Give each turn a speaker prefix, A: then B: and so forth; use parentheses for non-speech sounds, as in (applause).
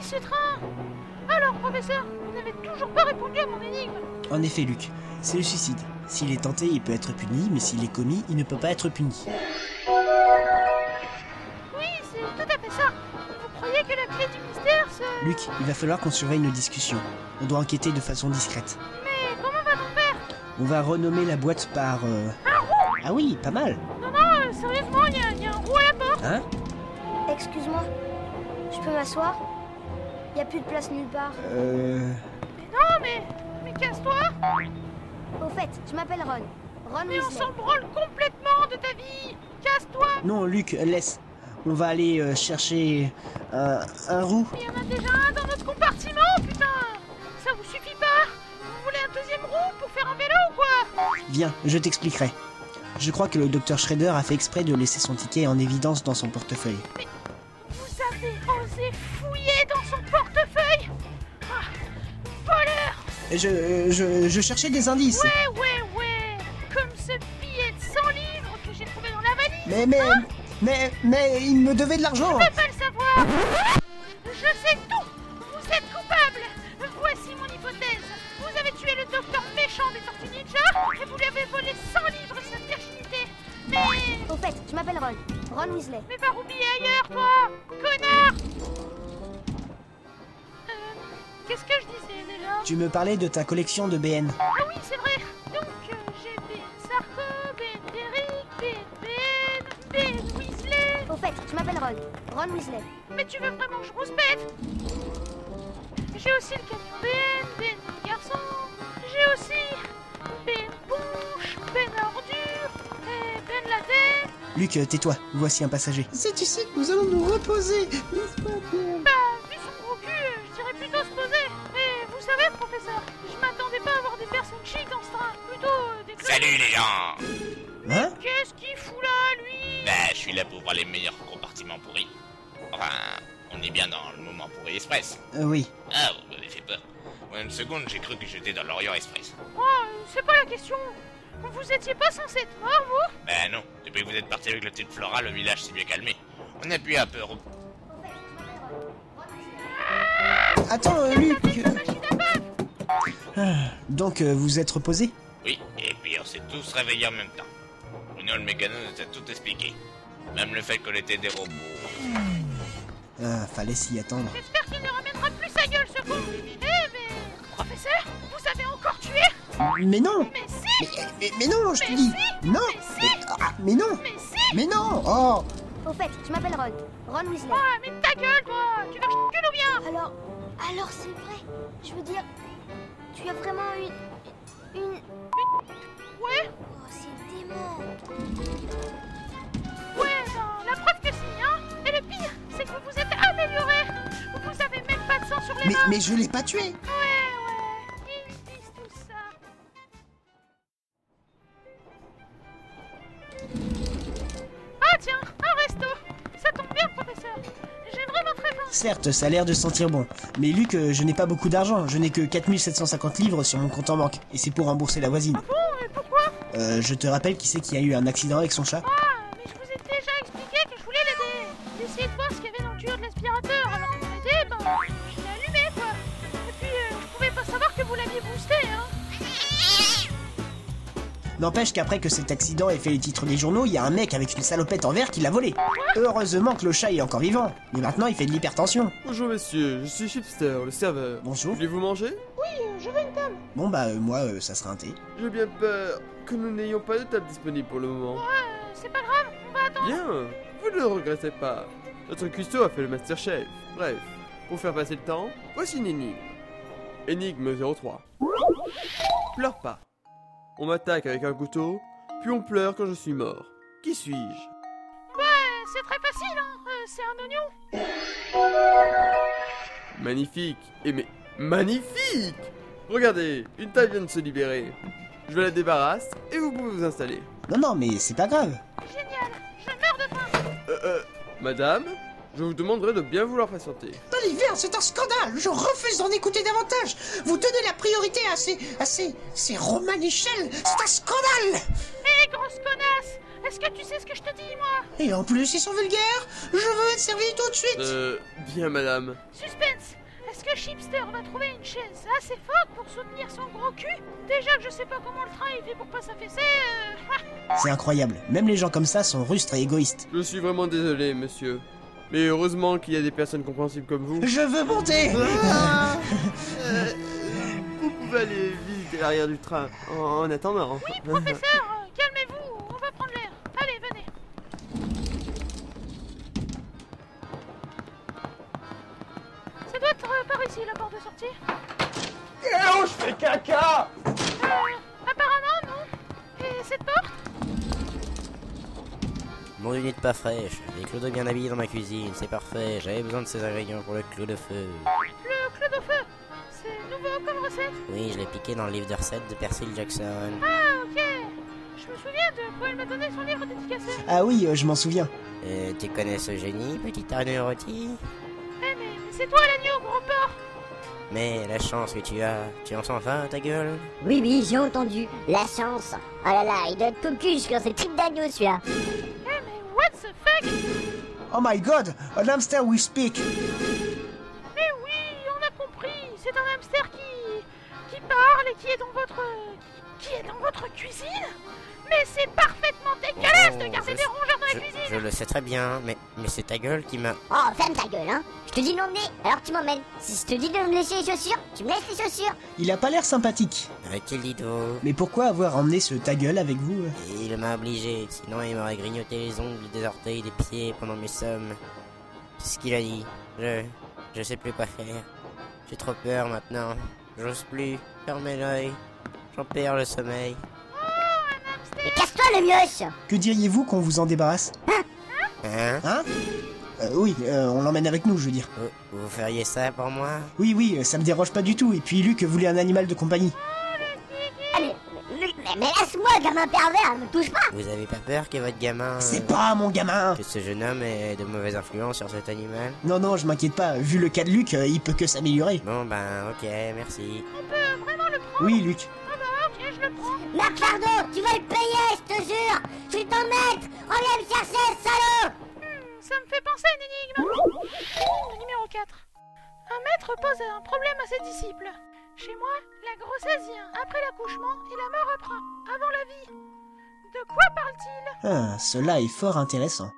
A: Citra Alors, professeur, vous n'avez toujours pas répondu à mon énigme
B: En effet, Luc, c'est le suicide. S'il est tenté, il peut être puni, mais s'il est commis, il ne peut pas être puni.
A: Oui, c'est tout à fait ça Vous croyez que la clé du mystère se...
B: Luc, il va falloir qu'on surveille nos discussions. On doit enquêter de façon discrète.
A: Mais comment va-t-on faire
B: On va renommer la boîte par... euh, Ah oui, pas mal.
A: Non, non, euh, sérieusement, il y a- il y, a un roux à la porte
B: Hein
C: Excuse-moi, je peux m'asseoir Y a plus de place nulle part.
B: Euh...
A: Mais non, mais... Mais casse-toi
C: Au fait, je m'appelle Ron. Ron
A: Mais on
C: Weasley.
A: s'en branle complètement de ta vie Casse-toi
B: Non, Luc, euh, laisse. On va aller euh, chercher un, un roux.
A: Il y en a déjà un dans notre compartiment, putain Ça vous suffit pas Vous voulez un deuxième roue pour faire un vélo ou quoi
B: Viens, je t'expliquerai. Je crois que le docteur Schrader a fait exprès de laisser son ticket en évidence dans son portefeuille.
A: Vous avez osé fouiller dans son portefeuille Ah, Voleur
B: Je, euh, je, je cherchais des indices.
A: Ouais, ouais, ouais Comme ce billet de 100 livres que j'ai trouvé dans la valise
B: Mais, mais, mais, mais, il me devait de l'argent.
A: Je peux pas le savoir Je sais tout Vous êtes coupable Voici mon hypothèse Vous avez tué le docteur méchant des Tortues Ninja et vous lui avez volé 100 livres de sa virginité Mais...
C: Au fait, je m'appelle Ron. Ron Weasley.
A: Mais va rouiller ailleurs, toi Connard Euh, Qu'est-ce que je disais déjà
B: Tu me parlais de ta collection de BN.
A: Ah oui, c'est vrai Donc, euh, j'ai Ben Sarko, Ben Derrick, Ben Ben, Ben Weasley
C: Au fait, je m'appelle Ron. Ron Weasley.
A: Mais tu veux vraiment que je rouspète J'ai aussi le camion Ben, Ben Garçon, j'ai aussi Ben Bouche, Ben Ordure, et Ben Laden,
B: Luc, euh, tais-toi, voici un passager. C'est ici que nous allons nous reposer, n'est-ce pas, Pierre
A: Bah, Vu son gros cul, euh, je dirais plutôt se poser. Et vous savez, professeur, je m'attendais pas à voir des personnes chic dans ce train. Plutôt euh, des clowns.
D: Salut les gens
B: Hein
A: Qu'est-ce qu'il fout là, lui
D: Bah, je suis là pour voir les meilleurs compartiments pourris. Enfin, on est bien dans le moment pourri express.
B: Euh, Oui.
D: Ah, vous m'avez fait peur. En une seconde, j'ai cru que j'étais dans l'Orient Express.
A: Oh, euh, c'est pas la question. Vous étiez pas censé être mort, vous
D: Bah non, depuis que vous êtes parti avec la petite Flora, le village s'est mieux calmé. On a pu un peu... rou-
C: Au fait, je m'appelle Ron. Ron Weasley.
B: Attends, euh, Luc. euh,
A: Machine à bave
B: Donc, euh, vous êtes reposé
D: Oui, et puis on s'est tous réveillés en même temps. Bruno le mécano nous a tout expliqué. Même le fait qu'on était des robots.
B: Ah, fallait s'y attendre.
A: J'espère qu'il ne ramènera plus sa gueule, ce con. Eh, mais... Professeur, vous avez encore tué
B: Mais non
A: Mais si
B: Mais, mais- mais non, je te dis Non
A: Mais si
B: mais, ah, mais non
A: Mais si
B: Mais non Oh
C: Au fait, je m'appelle Ron. Ron Weasley.
A: Ah, mais ta gueule, toi Tu vas cul ou bien
C: Alors, alors c'est vrai. Je veux dire, tu as vraiment une, une.
A: Ouais,
C: Oh, c'est dément.
A: ouais, ben, la preuve que si, hein Et le pire, c'est que vous vous êtes amélioré Vous avez même pas de sang sur les
B: Mais,
A: mains
B: mais je l'ai pas tué
A: Ouais, ouais, ils disent tout ça. Ah tiens, un resto Ça tombe bien, professeur J'ai vraiment très faim
B: Certes, ça a l'air de sentir bon. Mais Luc, euh, je n'ai pas beaucoup d'argent. Je n'ai que 4750 livres sur mon compte en banque. Et c'est pour rembourser la voisine.
A: Bon, et pourquoi
B: Euh, je te rappelle qui c'est qui a eu un accident avec son chat
A: Ah, mais je vous ai déjà expliqué que je voulais l'aider J'ai essayé de voir ce qu'il y avait dans le tuyau de l'aspirateur, alors que vous l'aider, ben, je l'ai allumé, quoi Et puis, euh, je pouvais pas savoir que vous l'aviez boosté, hein
B: N'empêche qu'après que cet accident ait fait les titres des journaux, il y a un mec avec une salopette en verre qui l'a volé. Heureusement que le chat est encore vivant. Mais maintenant, il fait de l'hypertension.
E: Bonjour monsieur, je suis Chipster, le serveur.
B: Bonjour.
E: Voulez-vous manger
B: Bon bah, euh, moi, euh, ça sera un thé.
E: J'ai bien peur que nous n'ayons pas de table disponible pour le moment.
A: Euh, C'est pas grave, on va attendre
E: Bien, vous ne le regrettez pas. Notre custo a fait le master chef. Bref, pour faire passer le temps, voici une énigme. Énigme 03. Pleure pas. On m'attaque avec un couteau, puis on pleure quand je suis mort. Qui suis-je
A: Euh, C'est très facile, hein Euh, C'est un oignon
E: Magnifique Et mais... Magnifique Regardez, une table vient de se libérer. Je vais la débarrasse et vous pouvez vous installer.
B: Non, non, mais c'est pas grave.
A: Génial Je meurs de faim
E: Euh, euh, madame, je vous demanderai de bien vouloir patienter.
B: L'hiver, c'est un scandale. Je refuse d'en écouter davantage. Vous donnez la priorité à ces, à ces, ces Roman C'est un scandale.
A: Hé, grosse connasse Est-ce que tu sais ce que je te dis, moi
B: Et en plus, ils sont vulgaires Je veux être servi tout de suite
E: Euh, bien madame.
A: Suspense Est-ce que Chipster va trouver une chaise assez forte pour soutenir son gros cul Déjà que je sais pas comment le train il fait pour pas s'affaisser, euh...
B: C'est incroyable, même les gens comme ça sont rustres et égoïstes.
E: Je suis vraiment désolé, monsieur. Mais heureusement qu'il y a des personnes compréhensibles comme vous.
B: Je veux monter
E: Ah Euh, (laughs) vous pouvez aller vite à l'arrière du train en, en attendant.
A: Professeur, euh, calmez-vous, on va prendre l'air. Allez, venez. Ça doit être euh, par ici, la porte de sortie. Eh oh, je fais caca Apparemment, non. Et cette porte
F: Mon lunette pas fraîche, les clodos bien habillés dans ma cuisine, c'est parfait, j'avais besoin de ces ingrédients pour le clou de feu.
A: Le clou de feu C'est nouveau comme recette
F: Oui, je l'ai piqué dans le livre de recettes de Percy Jackson.
A: Ah, ok. Je me souviens de quand elle m'a donné son livre dédicacé.
B: Ah oui, euh, je m'en souviens.
F: Euh, tu connais ce génie, petit agneau rôti
A: Eh, mais, mais c'est toi l'agneau, gros porc
F: Mais la chance que tu as, tu en sens fin ta gueule
G: Oui, oui, j'ai entendu. La chance. Ah là là, il doit être cocu sur ses types d'agneau, celui-là.
A: Eh, mais what the fuck
B: Oh my god, an hamster will speak
A: Mais oui, on a compris. C'est un hamster qui qui parle et qui est dans votre qui, qui est dans votre cuisine. Mais c'est parfaitement dégueulasse de
F: Oh,
A: garder
F: je
A: des
F: sais-
A: rongeurs dans la
F: je,
A: cuisine.
F: je le sais très bien, mais, mais c'est ta gueule qui m'a...
G: Oh, ferme ta gueule, hein. Je te dis de l'emmener, alors tu m'emmènes. Si je te dis de me laisser les chaussures, tu me laisses les chaussures.
B: Il a pas l'air sympathique.
F: Euh, quel dido
B: Mais pourquoi avoir emmené ce ta gueule avec vous euh
F: Il m'a obligé, sinon il m'aurait grignoté les ongles des orteils des pieds pendant mes sommes. C'est ce qu'il a dit. Je... je sais plus quoi faire. J'ai trop peur maintenant. J'ose plus. Fermez l'œil. J'en perds le sommeil.
G: Mais casse-toi, le mioche
B: Que diriez-vous qu'on vous en débarrasse
F: Hein
B: Hein Euh, Oui, euh, on l'emmène avec nous, je veux dire.
F: vous, vous feriez ça pour moi
B: Oui, oui, euh, ça me dérange pas du tout. Et puis Luc voulait un animal de compagnie.
G: Ah, mais, mais, mais- mais laisse-moi, gamin pervers, me touche pas
F: Vous avez pas peur que votre gamin...
B: C'est pas mon gamin
F: Que ce jeune homme ait de mauvaises influences sur cet animal
B: Non, non, je m'inquiète pas. Vu le cas de Luc, euh, il peut que s'améliorer.
F: Bon ben ok, merci.
B: Oui, Luc.
A: Ok, je le prends.
G: Marc Lardot, tu vas le payer, je te jure Je suis ton maître On vient me chercher, salaud
A: Ça me fait penser à une énigme. Énigme numéro 4. Un maître pose un problème à ses disciples. Chez moi, la grossesse vient après l'accouchement et la mort après, avant la vie. De quoi parle-t-il
B: Ah, cela est fort intéressant.